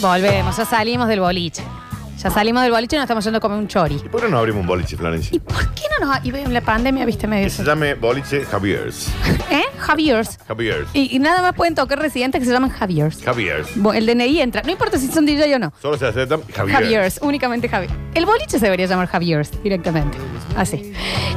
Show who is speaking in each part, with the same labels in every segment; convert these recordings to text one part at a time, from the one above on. Speaker 1: Volvemos, ya salimos del boliche. Ya salimos del boliche y nos estamos yendo a comer un chori.
Speaker 2: ¿Y por qué no abrimos un boliche,
Speaker 1: ¿Y
Speaker 2: Florencia?
Speaker 1: por qué no nos.? Y ve, la pandemia, viste, medio
Speaker 2: Que se
Speaker 1: eso.
Speaker 2: llame boliche Javier's.
Speaker 1: ¿Eh? Javier's.
Speaker 2: Javier's.
Speaker 1: Y, y nada más pueden tocar residentes que se llaman Javier's.
Speaker 2: Javier's.
Speaker 1: Bo- El DNI entra. No importa si son DJ o no.
Speaker 2: Solo se aceptan Javier's.
Speaker 1: Javier's, únicamente Javier. El boliche se debería llamar Javier's directamente. Así.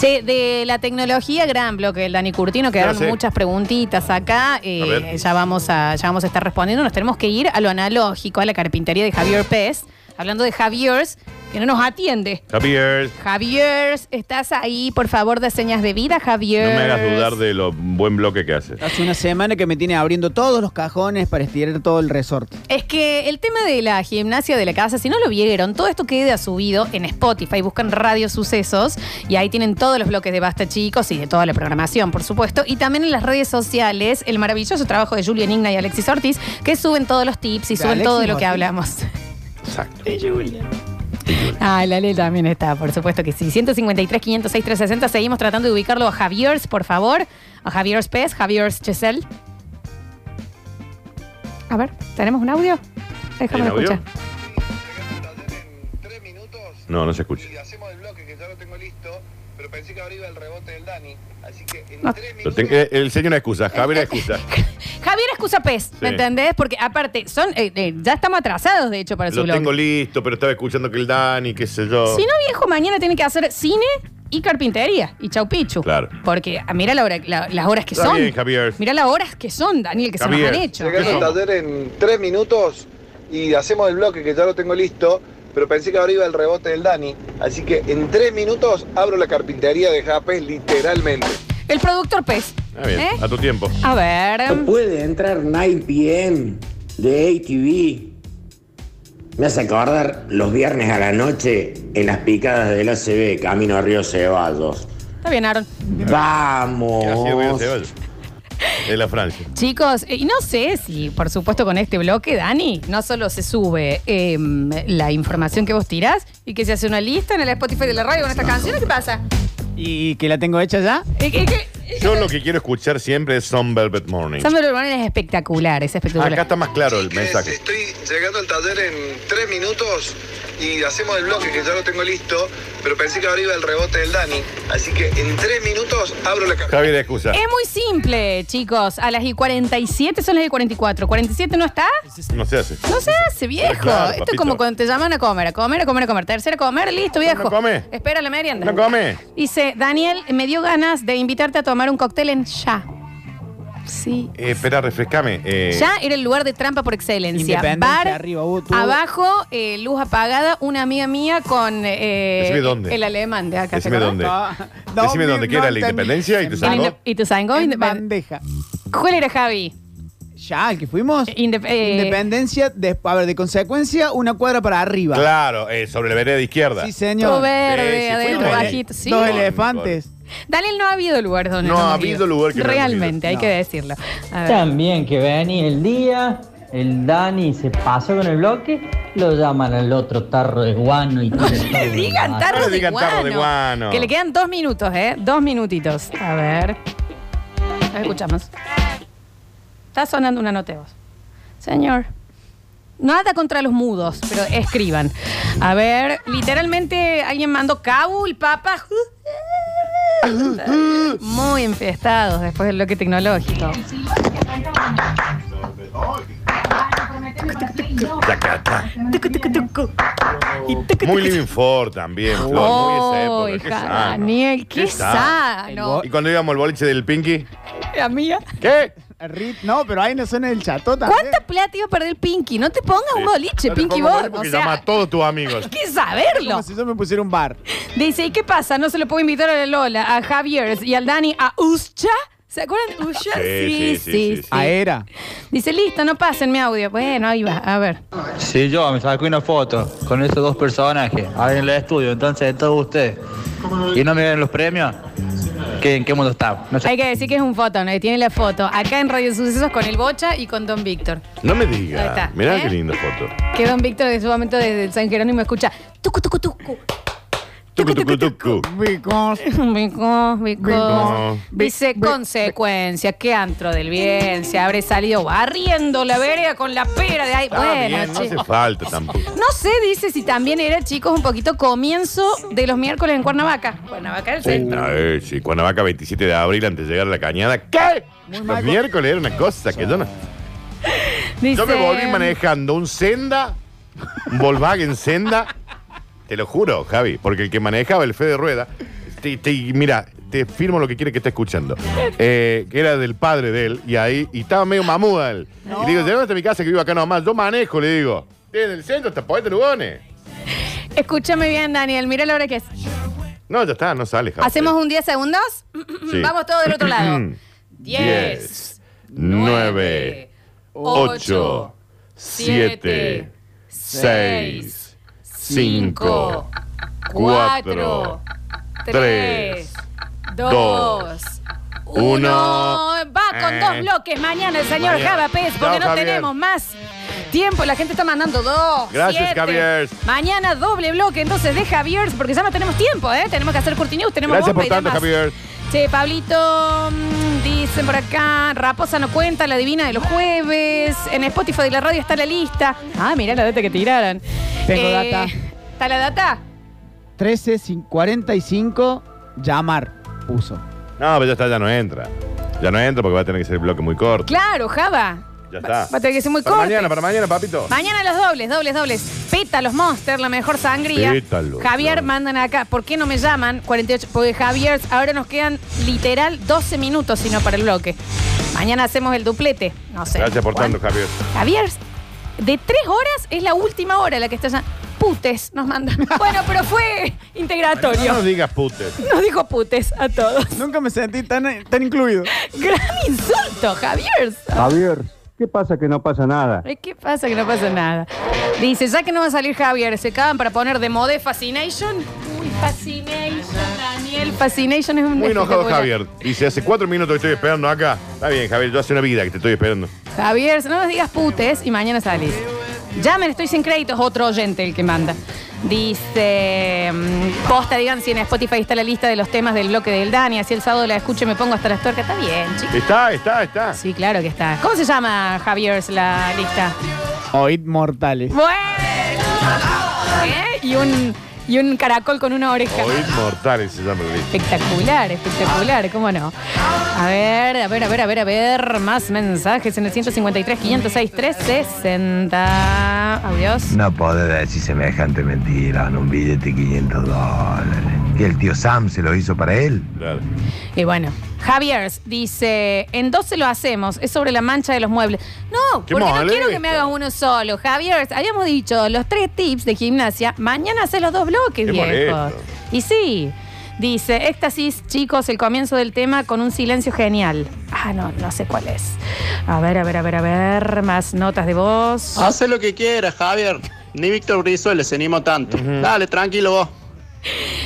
Speaker 1: Che, de la tecnología, gran bloque del Dani Curtino. Quedaron
Speaker 2: Ya sé.
Speaker 1: muchas preguntitas acá.
Speaker 2: A
Speaker 1: Eh,
Speaker 2: ver.
Speaker 1: ya, vamos a, ya vamos a estar respondiendo. Nos tenemos que ir a lo analógico, a la carpintería de Javier Pérez. Hablando de Javier's, que no nos atiende.
Speaker 2: Javier's.
Speaker 1: Javier, ¿estás ahí? Por favor, de señas de vida,
Speaker 2: No
Speaker 1: Javier.
Speaker 2: me hagas dudar de lo buen bloque que haces.
Speaker 3: Hace una semana que me tiene abriendo todos los cajones para estirar todo el resorte.
Speaker 1: Es que el tema de la gimnasia de la casa, si no lo vieron, todo esto queda subido en Spotify. Buscan Radio Sucesos y ahí tienen todos los bloques de Basta Chicos y de toda la programación, por supuesto. Y también en las redes sociales, el maravilloso trabajo de Julia Igna y Alexis Ortiz, que suben todos los tips y
Speaker 3: De
Speaker 1: suben
Speaker 3: Alexis
Speaker 1: todo de lo que
Speaker 3: Ortiz.
Speaker 1: hablamos.
Speaker 2: Exacto.
Speaker 1: Ah, la ley también está, por supuesto que sí. 153, 506, 360. Seguimos tratando de ubicarlo a Javier's, por favor. A Javier's Pez, Javier's Chesel. A ver, ¿tenemos un audio? Déjame
Speaker 2: ¿Hay un audio?
Speaker 1: escuchar.
Speaker 4: en tres minutos
Speaker 2: No, no se escucha.
Speaker 4: y hacemos el bloque que ya lo tengo listo, pero pensé que ahora iba el rebote del Dani, así que en
Speaker 1: No.
Speaker 4: tres
Speaker 2: Lo
Speaker 4: minutos...
Speaker 2: ten- eh, el señor una excusa, Javier una excusa.
Speaker 1: Javier excusa Pez, ¿me
Speaker 2: Sí.
Speaker 1: entendés? Porque aparte, son eh, eh, ya estamos atrasados, de hecho, para su
Speaker 2: Lo
Speaker 1: blog.
Speaker 2: tengo listo, pero estaba escuchando que el Dani, qué sé yo.
Speaker 1: Si no, viejo, mañana tiene que hacer cine y carpintería y chaupichu.
Speaker 2: Claro.
Speaker 1: Porque ah, mira la hora- la- las horas que
Speaker 2: Está
Speaker 1: son.
Speaker 2: bien, Javier.
Speaker 1: Mira las horas que son, Daniel, que se
Speaker 2: Javier.
Speaker 1: nos han hecho.
Speaker 4: Llegando al taller en tres minutos y hacemos el bloque que ya lo tengo listo, pero pensé que ahora iba el rebote del Dani, así que en tres minutos abro la carpintería de Japes literalmente.
Speaker 1: El productor Pez.
Speaker 2: Está bien,
Speaker 1: ¿eh?
Speaker 2: a tu tiempo.
Speaker 1: A ver.
Speaker 5: No puede entrar Night bien de ATV. Me hace acordar los viernes a la noche en las picadas del ACB, camino a Río Ceballos.
Speaker 1: Está bien, Aaron.
Speaker 2: Así voy a
Speaker 5: ¡Vamos!
Speaker 2: Ceballos. De la Francia.
Speaker 1: Chicos, eh, y no sé si, por supuesto, con este bloque, Dani, no solo se sube em, la información que vos tirás y que se hace una lista en el Spotify de la radio con estas canciones, ¿qué pasa?
Speaker 3: ¿Y que la tengo hecha ya?
Speaker 1: Eh, eh, que-
Speaker 2: Yo lo que quiero escuchar siempre es Some Velvet Morning.
Speaker 1: Sandro Urbano es espectacular, es espectacular.
Speaker 2: Acá está más claro el
Speaker 4: Chicos,
Speaker 2: mensaje.
Speaker 4: Estoy llegando al taller en tres minutos y hacemos el bloque que ya lo tengo listo, pero pensé que ahora iba el rebote del Dani, así que en tres minutos abro la carpintería.
Speaker 2: Javier excusa.
Speaker 1: Es muy simple, chicos. A las y 47 son las y 44. ¿47 no está?
Speaker 2: No se hace.
Speaker 1: No se hace, viejo.
Speaker 2: Claro,
Speaker 1: Esto es
Speaker 2: papito.
Speaker 1: como cuando te llaman a comer, a comer, a comer, a comer. Tercera, comer, listo, viejo.
Speaker 2: No come.
Speaker 1: Espera la merienda.
Speaker 2: No come.
Speaker 1: Dice, Daniel, me dio ganas de invitarte a tomar un cóctel en Ya. Sí.
Speaker 2: Eh, espera, refrescame. eh,
Speaker 1: Ya era el lugar de trampa por excelencia.
Speaker 3: Independencia,
Speaker 1: Bar,
Speaker 3: arriba, vos, tú.
Speaker 1: abajo, eh, luz apagada, una amiga mía con eh,
Speaker 2: Decime dónde.
Speaker 1: el alemán de acá. ¿te
Speaker 2: Decime
Speaker 1: acordás?
Speaker 2: dónde.
Speaker 3: No,
Speaker 2: Decime dónde, ¿qué era la
Speaker 3: entendí.
Speaker 2: independencia y
Speaker 3: En
Speaker 2: tu
Speaker 1: El
Speaker 2: sango?
Speaker 1: inde- ¿Y tu sango?
Speaker 3: En
Speaker 1: Independ-
Speaker 3: bandeja.
Speaker 1: ¿Cuál era Javi?
Speaker 3: Ya, el que fuimos.
Speaker 1: Indep- eh,
Speaker 3: Independencia, de, a ver, de consecuencia, una cuadra para arriba.
Speaker 2: Claro, eh, sobre la vereda izquierda.
Speaker 3: Sí,
Speaker 1: Todo
Speaker 3: señor.
Speaker 1: verde,
Speaker 2: sí, fue
Speaker 1: adentro,
Speaker 2: una-
Speaker 1: bajito. Sí.
Speaker 3: Dos elefantes.
Speaker 1: Daniel, no ha habido lugar donde
Speaker 2: No
Speaker 1: nos
Speaker 2: ha
Speaker 1: hemos
Speaker 2: habido
Speaker 1: ido.
Speaker 2: lugar que no hemos ido.
Speaker 1: Realmente, hay
Speaker 3: No.
Speaker 1: que decirlo. A ver.
Speaker 6: También que venía el día, el Dani se pasó con el bloque, lo llaman al otro tarro de guano y todo.
Speaker 1: Le digan tarro,
Speaker 2: No le
Speaker 1: de,
Speaker 2: digan
Speaker 1: guano,
Speaker 2: tarro de guano.
Speaker 1: Que le quedan dos minutos, ¿eh? Dos minutitos. A ver. A ver, escuchamos. Está sonando una nota de voz. Señor. Nada contra los mudos, pero escriban. A ver, literalmente alguien mandó Kabul, papa. Muy empestados después del bloque tecnológico.
Speaker 2: Tacata.
Speaker 1: Tucu, tucu, tucu. Y tucu, tucu,
Speaker 2: Muy Living Ford también, Flor. muy esa
Speaker 1: Ay,
Speaker 2: época. Qué sano.
Speaker 1: Oh, Daniel, qué sano.
Speaker 2: ¿Y cuando íbamos al boliche del Pinky?
Speaker 1: Amiga.
Speaker 2: ¿Qué?
Speaker 3: Rit- No, pero ahí no suena el chato también.
Speaker 1: ¿Cuánta plata iba a perder Pinky? No te pongas un boliche,
Speaker 2: No te
Speaker 1: Pinky
Speaker 2: pongo
Speaker 1: vos.
Speaker 2: mal Porque
Speaker 1: o sea,
Speaker 2: llama a todos tus amigos.
Speaker 1: hay que saberlo.
Speaker 3: Como si yo me pusiera un bar.
Speaker 1: Dice, ¿y qué pasa? No se lo puedo invitar a la Lola, a Javier y al Dani, a Uscha. ¿Se acuerdan de Uscha?
Speaker 2: Sí, sí, sí, sí, sí.
Speaker 3: A era.
Speaker 1: Dice, listo, no pasen mi audio. Bueno, ahí va, a ver.
Speaker 7: Sí, yo me saqué una foto con esos dos personajes ahí en el estudio, entonces de todos ustedes. Y no me dan los premios. ¿Qué, ¿En qué mundo estamos? No sé.
Speaker 1: Hay que decir que es un fotón, ahí tiene la foto. Acá en Radio Sucesos con el Bocha y con Don Víctor.
Speaker 2: No me
Speaker 1: Ahí
Speaker 2: digas.
Speaker 1: está,
Speaker 2: Mirá
Speaker 1: ¿eh?
Speaker 2: qué linda foto.
Speaker 1: Que Don Víctor en su momento desde el San Jerónimo escucha tucu, tucu, tucu.
Speaker 2: Tucu, tucu, tucu.
Speaker 3: Because-
Speaker 1: Because, because.
Speaker 2: Because.
Speaker 1: Dice
Speaker 3: Be- be-
Speaker 1: consecuencia, qué antro del bien. Se habré salido barriendo la vereda con la pera de ahí.
Speaker 2: Está
Speaker 1: bueno,
Speaker 2: bien, no
Speaker 1: che.
Speaker 2: hace falta tampoco.
Speaker 1: No sé, dice si también era, chicos, un poquito comienzo de los miércoles en Cuernavaca. Cuernavaca del centro.
Speaker 2: A ver, sí, Cuernavaca, 27 de abril, antes de llegar a la cañada. ¿Qué? Los miércoles era una cosa que yo no.
Speaker 1: Dice,
Speaker 2: Yo me volví manejando un senda, un Volkswagen senda. Te lo juro, Javi, porque el que manejaba el fe de rueda, te- te- mira, te firmo lo que quiere que esté escuchando. Eh, que era del padre de él, y ahí, y estaba medio mamuda él. Y le digo, llévame hasta mi casa que vivo acá nomás. Yo manejo, le digo. Desde el centro hasta Poeta Lugones.
Speaker 1: Escúchame bien, Daniel, mira la hora que es.
Speaker 2: No, ya está, no sale, Javi.
Speaker 1: ¿Hacemos un 10 segundos?
Speaker 2: Sí.
Speaker 1: Vamos todos del otro lado. 10,
Speaker 2: Diez, nueve,
Speaker 1: 9, 8,
Speaker 2: 8, 7, 6, 5,
Speaker 1: 4,
Speaker 2: cuatro,
Speaker 1: 3,
Speaker 2: tres,
Speaker 1: 2, 1.
Speaker 2: uno.
Speaker 1: Va con
Speaker 2: Eh.
Speaker 1: dos bloques mañana el señor
Speaker 2: Mañana.
Speaker 1: Java Pérez, porque
Speaker 2: Chao,
Speaker 1: no
Speaker 2: Javier.
Speaker 1: tenemos más tiempo. La gente está mandando dos.
Speaker 2: Gracias,
Speaker 1: siete.
Speaker 2: Javier.
Speaker 1: Mañana doble bloque, entonces de Javier, porque ya no tenemos tiempo, ¿eh? Tenemos que hacer Curti News, tenemos
Speaker 2: Gracias
Speaker 1: bomba
Speaker 2: por
Speaker 1: y
Speaker 2: tanto,
Speaker 1: demás.
Speaker 2: Javier.
Speaker 1: Che, Pablito, mm, dicen por acá, Raposa no cuenta, la divina de los jueves. En Spotify de la radio está la lista. Ah, mirá la data que tiraron. Eh,
Speaker 3: Tengo data.
Speaker 1: ¿Está la data?
Speaker 3: 13 cin- 45 llamar puso.
Speaker 2: No, pero ya está, ya no entra. Ya no entra porque va a tener que ser el bloque muy corto.
Speaker 1: Claro, Java.
Speaker 2: Ya está.
Speaker 1: Va a tener que ser muy
Speaker 2: para
Speaker 1: corto.
Speaker 2: mañana, para mañana, papito.
Speaker 1: Mañana los dobles, dobles, dobles. Pétalos Monster, la mejor sangría.
Speaker 2: Pétalos,
Speaker 1: Javier,
Speaker 2: claro.
Speaker 1: mandan acá. ¿Por qué no me llaman? 48. Porque Javier, ahora nos quedan literal 12 minutos, sino para el bloque. Mañana hacemos el duplete. No sé.
Speaker 2: Gracias por
Speaker 1: ¿Cuánto?
Speaker 2: tanto, Javier.
Speaker 1: Javier, de tres horas es la última hora la que está ya. Putes nos mandan. Bueno, pero fue
Speaker 2: No
Speaker 1: integratorio.
Speaker 2: nos digas putes.
Speaker 1: Nos dijo putes a todos.
Speaker 3: Nunca me sentí tan, tan incluido.
Speaker 1: Gran insulto, Javier.
Speaker 8: Javier, ¿qué pasa que no pasa nada?
Speaker 1: Ay, ¿Qué pasa que no pasa nada? Dice, ya que no va a salir Javier, se acaban para poner de moda Fascination. Uy, Fascination, Daniel. Fascination es un...
Speaker 2: Muy enojado,
Speaker 1: espectacular.
Speaker 2: Javier. Dice, hace cuatro minutos que estoy esperando acá. Está bien, Javier, yo hace una vida que te estoy esperando.
Speaker 1: Javier, no nos digas putes y mañana salís. Llamen, estoy sin créditos, otro oyente el que manda. Dice, mm, posta, digan si en Spotify está la lista de los temas del bloque del Dani, así el sábado la escucho y me pongo hasta las tuercas. Está bien, chicos.
Speaker 2: Está, está, está.
Speaker 1: Sí, claro que está. ¿Cómo se llama, Javier, la lista?
Speaker 3: Oíd mortales.
Speaker 1: Bueno. ¿Eh? Y un, y un caracol con una oreja.
Speaker 2: Hoy mortales se llama el disco.
Speaker 1: Espectacular, espectacular, ¿cómo no? A ver, a ver, a ver, a ver, a ver. Más mensajes en el 153, 506, 360. Adiós.
Speaker 9: No podés decir semejante mentira en un billete de 500 dólares. Que el tío Sam se lo hizo para él.
Speaker 2: Claro.
Speaker 1: Y bueno, Javier dice, en 12 lo hacemos, es sobre la mancha de los muebles. No,
Speaker 2: Qué
Speaker 1: porque no
Speaker 2: mal ¿eh?
Speaker 1: quiero que
Speaker 2: esto.
Speaker 1: me hagas uno solo. Javier, habíamos dicho los tres tips de gimnasia, mañana haces los dos bloques,
Speaker 2: Qué
Speaker 1: viejo.
Speaker 2: molesto.
Speaker 1: Y sí, dice, éxtasis, chicos, el comienzo del tema con un silencio genial. Ah, no, no sé cuál es. A ver, a ver, a ver, a ver, más notas de voz.
Speaker 2: Ah.
Speaker 10: Hace lo que quieras, Javier. Ni Víctor Brizuela se animó tanto. Dale, tranquilo vos.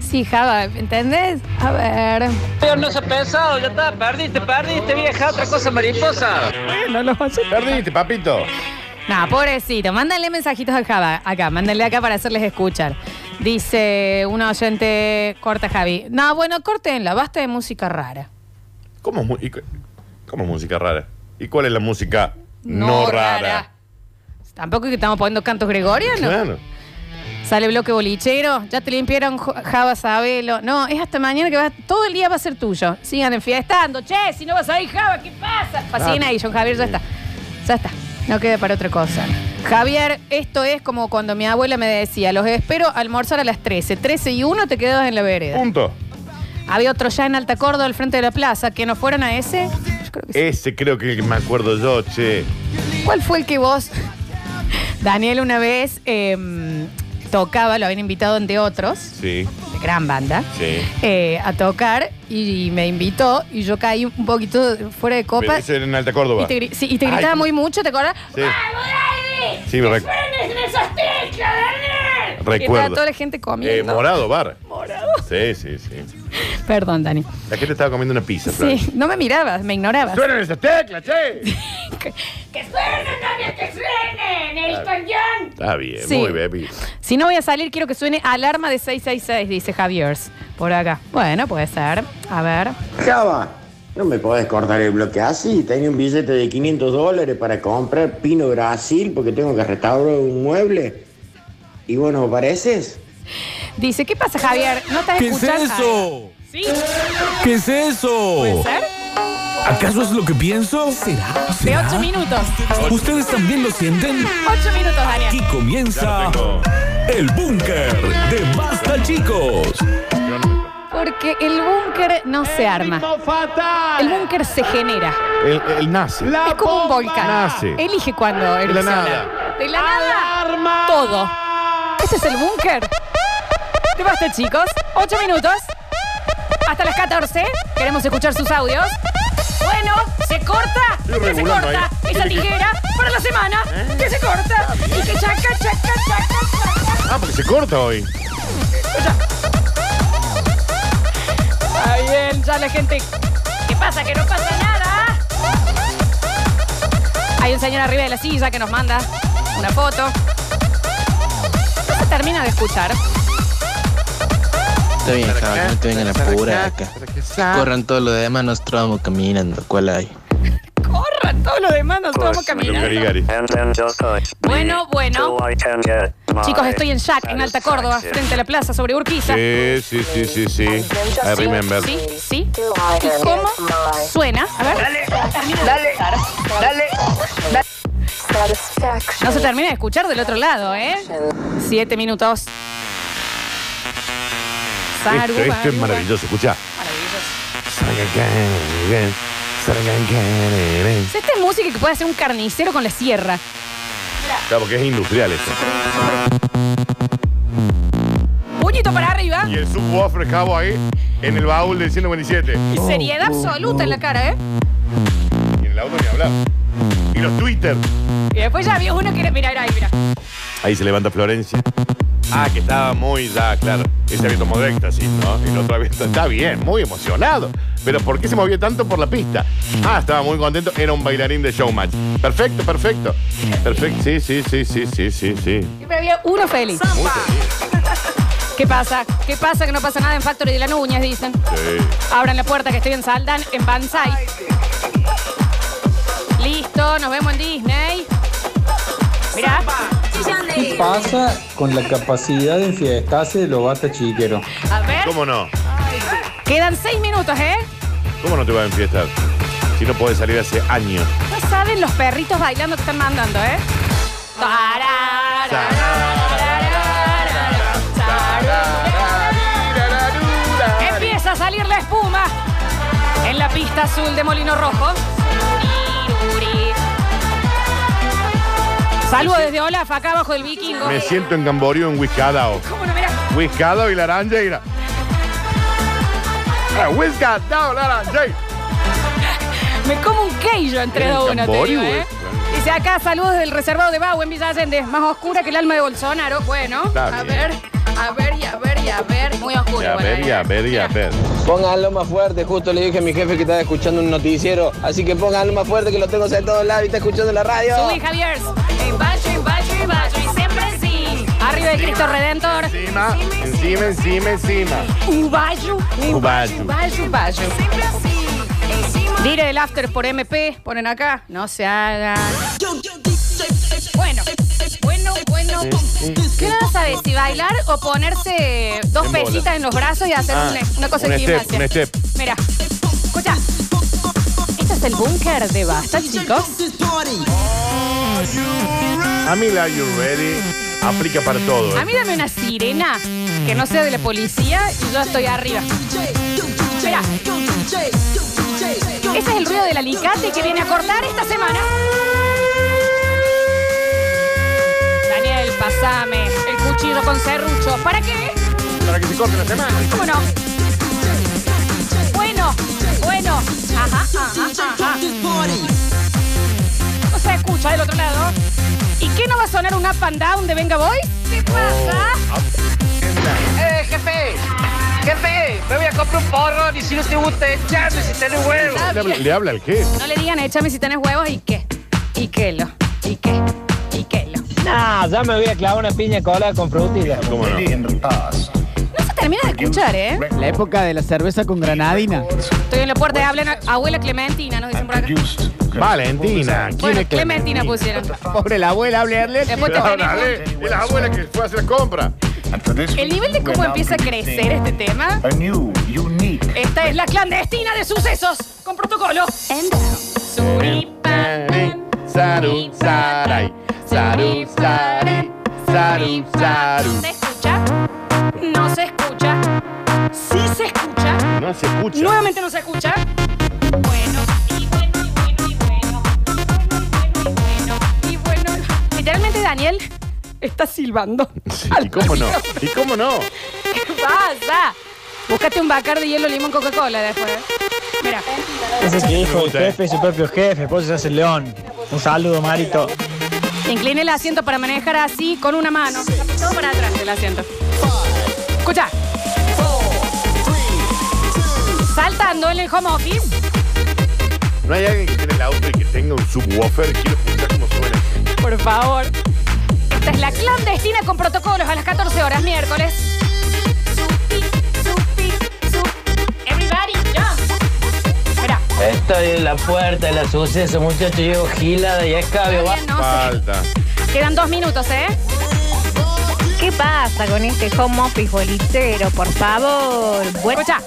Speaker 1: Sí, Java, ¿entendés? A ver.
Speaker 6: Javier, no se pensado, ya está, perdiste, perdiste, vieja, otra cosa mariposa.
Speaker 1: Bueno, los oyentes-
Speaker 2: Perdiste, papito.
Speaker 1: No, pobrecito. Mándenle mensajitos a Java. Acá, mándenle acá para hacerles escuchar. Dice un oyente, corta Javi. No, bueno, córtenla, basta de música rara.
Speaker 2: ¿Cómo, mu- y cu- cómo música rara? ¿Y cuál es la música
Speaker 1: Tampoco es que estamos poniendo cantos gregorianos.
Speaker 2: Claro.
Speaker 1: Sale bloque bolichero, ya te limpiaron Jo- Java Sabelo. No, es hasta mañana que va, todo el día va a ser tuyo. Sigan enfiestando. Che, si no vas a ir, Java, ¿qué pasa? Fascination, Javier, ya está. Ya está. No queda para otra cosa. Javier, esto es como cuando mi abuela me decía, los espero a almorzar a las 13. 13 y 1 te quedabas en la vereda.
Speaker 2: Punto.
Speaker 1: Había otro ya en Alta Córdoba, al frente de la plaza, que no fueron a ese. Yo creo que sí.
Speaker 2: Ese creo que me acuerdo yo, che.
Speaker 1: ¿Cuál fue el que vos, Daniel, una vez em, tocaba, lo habían invitado entre otros?
Speaker 2: Sí,
Speaker 1: de gran banda,
Speaker 2: sí.
Speaker 1: eh, a tocar y me invitó y yo caí un poquito fuera de
Speaker 2: Pero
Speaker 1: copa
Speaker 2: eso era en Alta Córdoba.
Speaker 1: y te, gri- sí, y te gritaba
Speaker 2: Ay.
Speaker 1: muy mucho, ¿te acuerdas?
Speaker 2: Sí. Sí, me recu-
Speaker 1: Y estaba
Speaker 2: recuerdo.
Speaker 1: toda la gente
Speaker 2: Eh,
Speaker 1: comiendo.
Speaker 2: morado, bar.
Speaker 1: Morado.
Speaker 2: Sí, sí, sí.
Speaker 1: Perdón, Dani.
Speaker 2: La gente estaba comiendo una pizza.
Speaker 1: Sí, no me mirabas, me ignorabas.
Speaker 2: ¡Suenan esas teclas, che!
Speaker 1: ¡Que suenen, Dani, que suenen! ¡El cañón!
Speaker 2: Está bien,
Speaker 1: Sí.
Speaker 2: muy baby.
Speaker 1: Si no voy a salir, quiero que suene alarma de 666, dice Javiers. Por acá. Bueno, puede ser. A ver.
Speaker 5: Java, no me podés cortar el bloque así. Tenía un billete de 500 dólares para comprar Pino Brasil porque tengo que restaurar un mueble. Y bueno, ¿pareces?
Speaker 1: Dice, ¿qué pasa, Javier? ¿No estás
Speaker 11: ¿Qué es
Speaker 1: escuchando?
Speaker 11: eso?
Speaker 1: Javier? Sí.
Speaker 11: ¿Qué es eso?
Speaker 2: Oh.
Speaker 1: ¿Puede ser?
Speaker 11: ¿Acaso es lo que pienso? ¿Será?
Speaker 1: De
Speaker 11: ¿Será?
Speaker 1: 8 minutos.
Speaker 11: ¿Ustedes también lo sienten?
Speaker 1: 8 minutos, Daniel.
Speaker 11: Aquí comienza el búnker de Basta Chicos.
Speaker 1: Porque el búnker no se arma. El búnker se genera.
Speaker 2: El, el nazi.
Speaker 1: es como un volcán.
Speaker 2: Nace.
Speaker 1: Elige cuando
Speaker 2: Ah, De la
Speaker 1: erupciona.
Speaker 2: nada.
Speaker 1: De la nada. Todo. Este es el búnker. ¿Qué pasa, chicos? 8 minutos. Hasta las 14. Queremos escuchar sus audios. Bueno, se corta. ¿Qué
Speaker 2: Estoy
Speaker 1: se
Speaker 2: regulando
Speaker 1: corta?
Speaker 2: ahí. ¿Eh?
Speaker 1: Esa tijera para la semana. ¿Qué se corta? Y que chaca, chaca, chaca, chaca.
Speaker 2: Ah, porque se corta hoy.
Speaker 1: Está bien, ya la gente. ¿Qué pasa? Que no pasa nada. Hay un señor arriba de la silla que nos manda una foto. No se termina de escuchar.
Speaker 12: Está bien, Java, que no te vengan a apurar acá. Corran todo lo demás, nosotros vamos caminando. ¿Cuál hay?
Speaker 1: Corran todos los demás, nos vamos caminando. Bueno, bueno. Chicos, estoy en Shack, en Alta Córdoba, frente a la plaza sobre Urquiza.
Speaker 2: Sí, sí, sí, sí, sí. I remember.
Speaker 1: Sí, sí. ¿Y cómo suena? A ver. Dale, dale, dale, No se termina de escuchar del otro lado, ¿eh? Siete minutos.
Speaker 2: Esto, esto Este, es maravilloso, escucha.
Speaker 1: Si Esta es música que puede hacer un carnicero con la sierra.
Speaker 2: Claro, porque es industrial esto.
Speaker 1: Puñito para arriba.
Speaker 2: Y el subwoofer cabo ahí, en el baúl del 127.
Speaker 1: Y seriedad absoluta en la cara, ¿eh?
Speaker 2: Y en el auto ni hablar. Y los Twitter.
Speaker 1: Y después ya había uno que era. Mira, mira, mira.
Speaker 2: Ahí se levanta Florencia. Ah, que estaba muy ya, claro. Ese había tomado éxtasis, ¿no? Y el otro había está bien, muy emocionado. Pero ¿por qué se movía tanto por la pista? Ah, estaba muy contento. Era un bailarín de showmatch. Perfecto, perfecto. Perfecto. Sí, sí, sí, sí, sí, sí, sí.
Speaker 1: Siempre había uno feliz. ¿Qué pasa? ¿Qué pasa que no pasa nada en Factory de la Núñez, dicen?
Speaker 2: Sí.
Speaker 1: Abran la puerta que estoy en Saldan, en Banzai. Listo, nos vemos en Disney. Mirá.
Speaker 13: ¿Qué pasa con la capacidad de enfiestarse de los basta chiqueros?
Speaker 1: A ver.
Speaker 2: ¿Cómo no?
Speaker 1: Quedan seis minutos, ¿eh?
Speaker 2: ¿Cómo no te vas a enfiestar? Si no podés salir hace años.
Speaker 1: No saben los perritos bailando que están mandando, ¿eh? Tarara, tarara. Empieza a salir la espuma en la pista azul de Molino Rojo. Saludos desde Olaf, acá abajo del vikingo.
Speaker 2: Me siento en Gamborio en Wiscadao.
Speaker 1: ¿Cómo no? Mirá.
Speaker 2: Wiscadao y Laranjeira. Ah, Wiscadao, Laranjeira.
Speaker 1: Me como un queijo entre
Speaker 2: El
Speaker 1: dos uno, te
Speaker 2: Gamborio
Speaker 1: digo, ¿eh?
Speaker 2: es,
Speaker 1: Dice acá, saludos del reservado de Bau en Villa Allende. Más oscura que el alma de Bolsonaro. Bueno,
Speaker 2: Está
Speaker 1: a
Speaker 2: bien.
Speaker 1: ver, a ver y a ver y a ver. Muy oscuro.
Speaker 2: Y a
Speaker 1: bueno,
Speaker 2: ver,
Speaker 1: ¿eh?
Speaker 2: y a ver, y a ver.
Speaker 14: Pónganlo más fuerte, justo le dije a mi jefe que estaba escuchando un noticiero, así que pónganlo más fuerte que lo tengo sentado al lado y está escuchando la radio.
Speaker 1: Subí, Javier. En bacho, en bacho, en bacho. Y siempre sí. Arriba de Cristo Redentor.
Speaker 2: Encima, encima, encima, encima.
Speaker 1: Ubayu.
Speaker 2: Ubayu.
Speaker 1: Ubayu, Ubayu. Dire el after por MP, ponen acá. No se hagan. Bueno, bueno, bueno. ¿Qué no sabes? Si bailar o ponerse dos
Speaker 2: En bola.
Speaker 1: pesitas en los brazos y hacer
Speaker 2: Ah,
Speaker 1: una, una cosa
Speaker 2: un
Speaker 1: de
Speaker 2: step,
Speaker 1: gimnasia.
Speaker 2: un step.
Speaker 1: Mira, escucha. Este es el búnker de Basta, chicos.
Speaker 2: A mí la You Ready aplica para todo. ¿eh?
Speaker 1: A mí dame una sirena que no sea de la policía y yo estoy arriba. Mira. Ese es el ruido del alicate que viene a cortar esta semana. Daniel, pasame el cuchillo con serrucho. ¿Para qué?
Speaker 2: Para que se corte la semana.
Speaker 1: ¿Cómo no? Bueno, bueno. Ajá, ajá, ajá. No se escucha del otro lado. ¿Y qué no va a sonar un up and down de Venga Boy? ¿Qué pasa?
Speaker 2: Up and down.
Speaker 1: Eh, jefe.
Speaker 15: Jefe, me voy a comprar un porro y si no te gusta, echame si tenés huevo.
Speaker 2: Le habla- ¿Le habla al qué?
Speaker 1: No le digan, échame si tenés huevos y qué. Y qué lo. Y qué. Y qué lo.
Speaker 15: Nah, ya me voy a clavar una piña colada con frutilla.
Speaker 2: ¿Cómo no?
Speaker 1: No se termina de escuchar, ¿eh?
Speaker 3: La época de la cerveza con granadina.
Speaker 1: Estoy en la puerta y hablan a- abuela Clementina, nos dicen por acá.
Speaker 2: Valentina. ¿quién
Speaker 1: Bueno,
Speaker 2: es
Speaker 1: Clementina pusieron.
Speaker 3: Pobre la abuela, hablarle.
Speaker 1: Después te
Speaker 2: Claro,
Speaker 1: ponen-
Speaker 2: dale, y la abuela que fue a hacer compra.
Speaker 1: El nivel de cómo empieza a crecer este tema. Esta es la clandestina de sucesos con protocolo.
Speaker 2: Saru, sarai, saru, sari, saru, saru.
Speaker 1: ¿Se escucha? No se escucha. Sí se escucha.
Speaker 2: No se escucha.
Speaker 1: Nuevamente no se escucha. Y bueno, literalmente Daniel está silbando.
Speaker 2: Sí, ¿Y cómo no? ¿Y cómo no?
Speaker 1: ¿Qué pasa? Búscate un bacar de hielo, limón, Coca-Cola después. Mira.
Speaker 16: Ese que dijo el jefe, su propio jefe, por eso se hace el león. Un saludo, Marito.
Speaker 1: Incline el asiento para manejar así con una mano. Todo para atrás del asiento. Escucha. Saltando en el home office.
Speaker 2: ¿No hay alguien que tiene el auto y que tenga un subwoofer? Quiero escuchar cómo suena.
Speaker 1: Por favor. Esta es la clandestina con protocolos a las 14 horas miércoles. Everybody jump. Mira,
Speaker 15: Estoy en la puerta de la suceso, muchacho. Llevo gilada y escabio.
Speaker 1: Está bien, no sé.
Speaker 2: Falta.
Speaker 1: quedan dos minutos, ¿eh?
Speaker 17: ¿Qué pasa con este home office bolicero, por favor? Bueno.
Speaker 1: Escucha.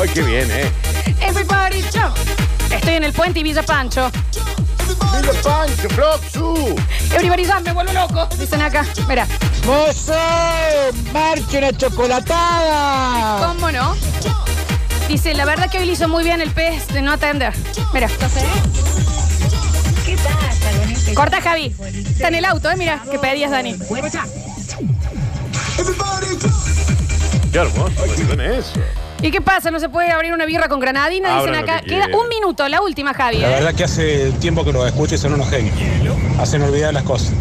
Speaker 2: Ay, qué bien, ¿eh?
Speaker 1: Everybody jump. Estoy en el puente y Villa Pancho.
Speaker 2: Villa Pancho, Flopsu.
Speaker 1: Everybody jump, me vuelvo loco. Dicen acá, mira.
Speaker 16: ¡Mozo! ¡Marcha una chocolatada!
Speaker 1: ¿Cómo no? Dice, la verdad que hoy le hizo muy bien el pez de no atender. Mira.
Speaker 17: ¿Qué pasa con este
Speaker 1: Corta, Javi. Está en el auto, ¿eh? Mira, que pedías, Dani.
Speaker 2: Qué hermoso, qué bueno eso.
Speaker 1: ¿Y qué pasa? ¿No se puede abrir una birra con granadina? Dicen
Speaker 13: Abran lo
Speaker 1: acá.
Speaker 13: que
Speaker 1: Queda
Speaker 13: quieran.
Speaker 1: un minuto, la última, Javi.
Speaker 13: La
Speaker 1: ¿eh?
Speaker 13: verdad que hace tiempo que los escucho y son unos genios. Hacen olvidar las cosas.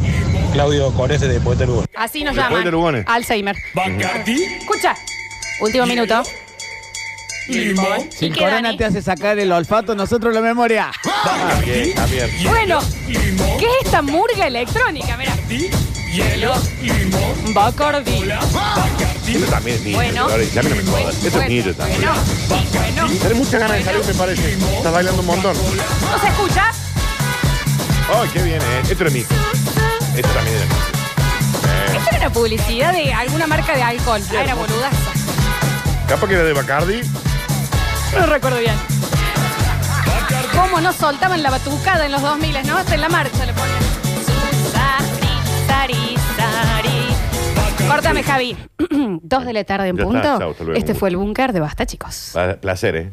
Speaker 13: Claudio Cores desde Poeta Lugo.
Speaker 1: Así nos
Speaker 13: Después
Speaker 1: llaman.
Speaker 13: de Lugones.
Speaker 1: Alzheimer. Escucha. Último minuto.
Speaker 3: Limón.
Speaker 1: ¿Y
Speaker 3: Sin
Speaker 1: qué,
Speaker 3: corona
Speaker 1: Dani?
Speaker 3: te hace sacar el olfato, nosotros la memoria.
Speaker 2: Ah, Bien, Javier.
Speaker 1: Bueno, ¿qué es esta murga electrónica? Mira.
Speaker 11: Hielo,
Speaker 1: limón. Bacardi.
Speaker 2: Eso también es niño.
Speaker 1: Bueno.
Speaker 2: Flores, ya a mí no me jodas. Eso es niño también.
Speaker 1: Bueno, bueno.
Speaker 2: Tienes muchas ganas de salir, me parece. Estás bailando un montón.
Speaker 1: ¿No se escucha?
Speaker 2: Ay, qué bien, ¿eh? Esto era mío. Esto también era mío.
Speaker 1: Esto era una publicidad de alguna marca de alcohol. Ah, era boludaza.
Speaker 2: Capaz que era de Bacardi.
Speaker 1: No recuerdo bien. ¿Cómo no soltaban la batucada en los 2000, no? Hasta en la marcha le ponían. Susari, sari, sari. Córtame, Javi. Dos de la tarde en
Speaker 2: Ya está,
Speaker 1: punto.
Speaker 2: chao, hasta luego.
Speaker 1: este fue el búnker de Basta, chicos.
Speaker 2: Pla- Placer, ¿eh?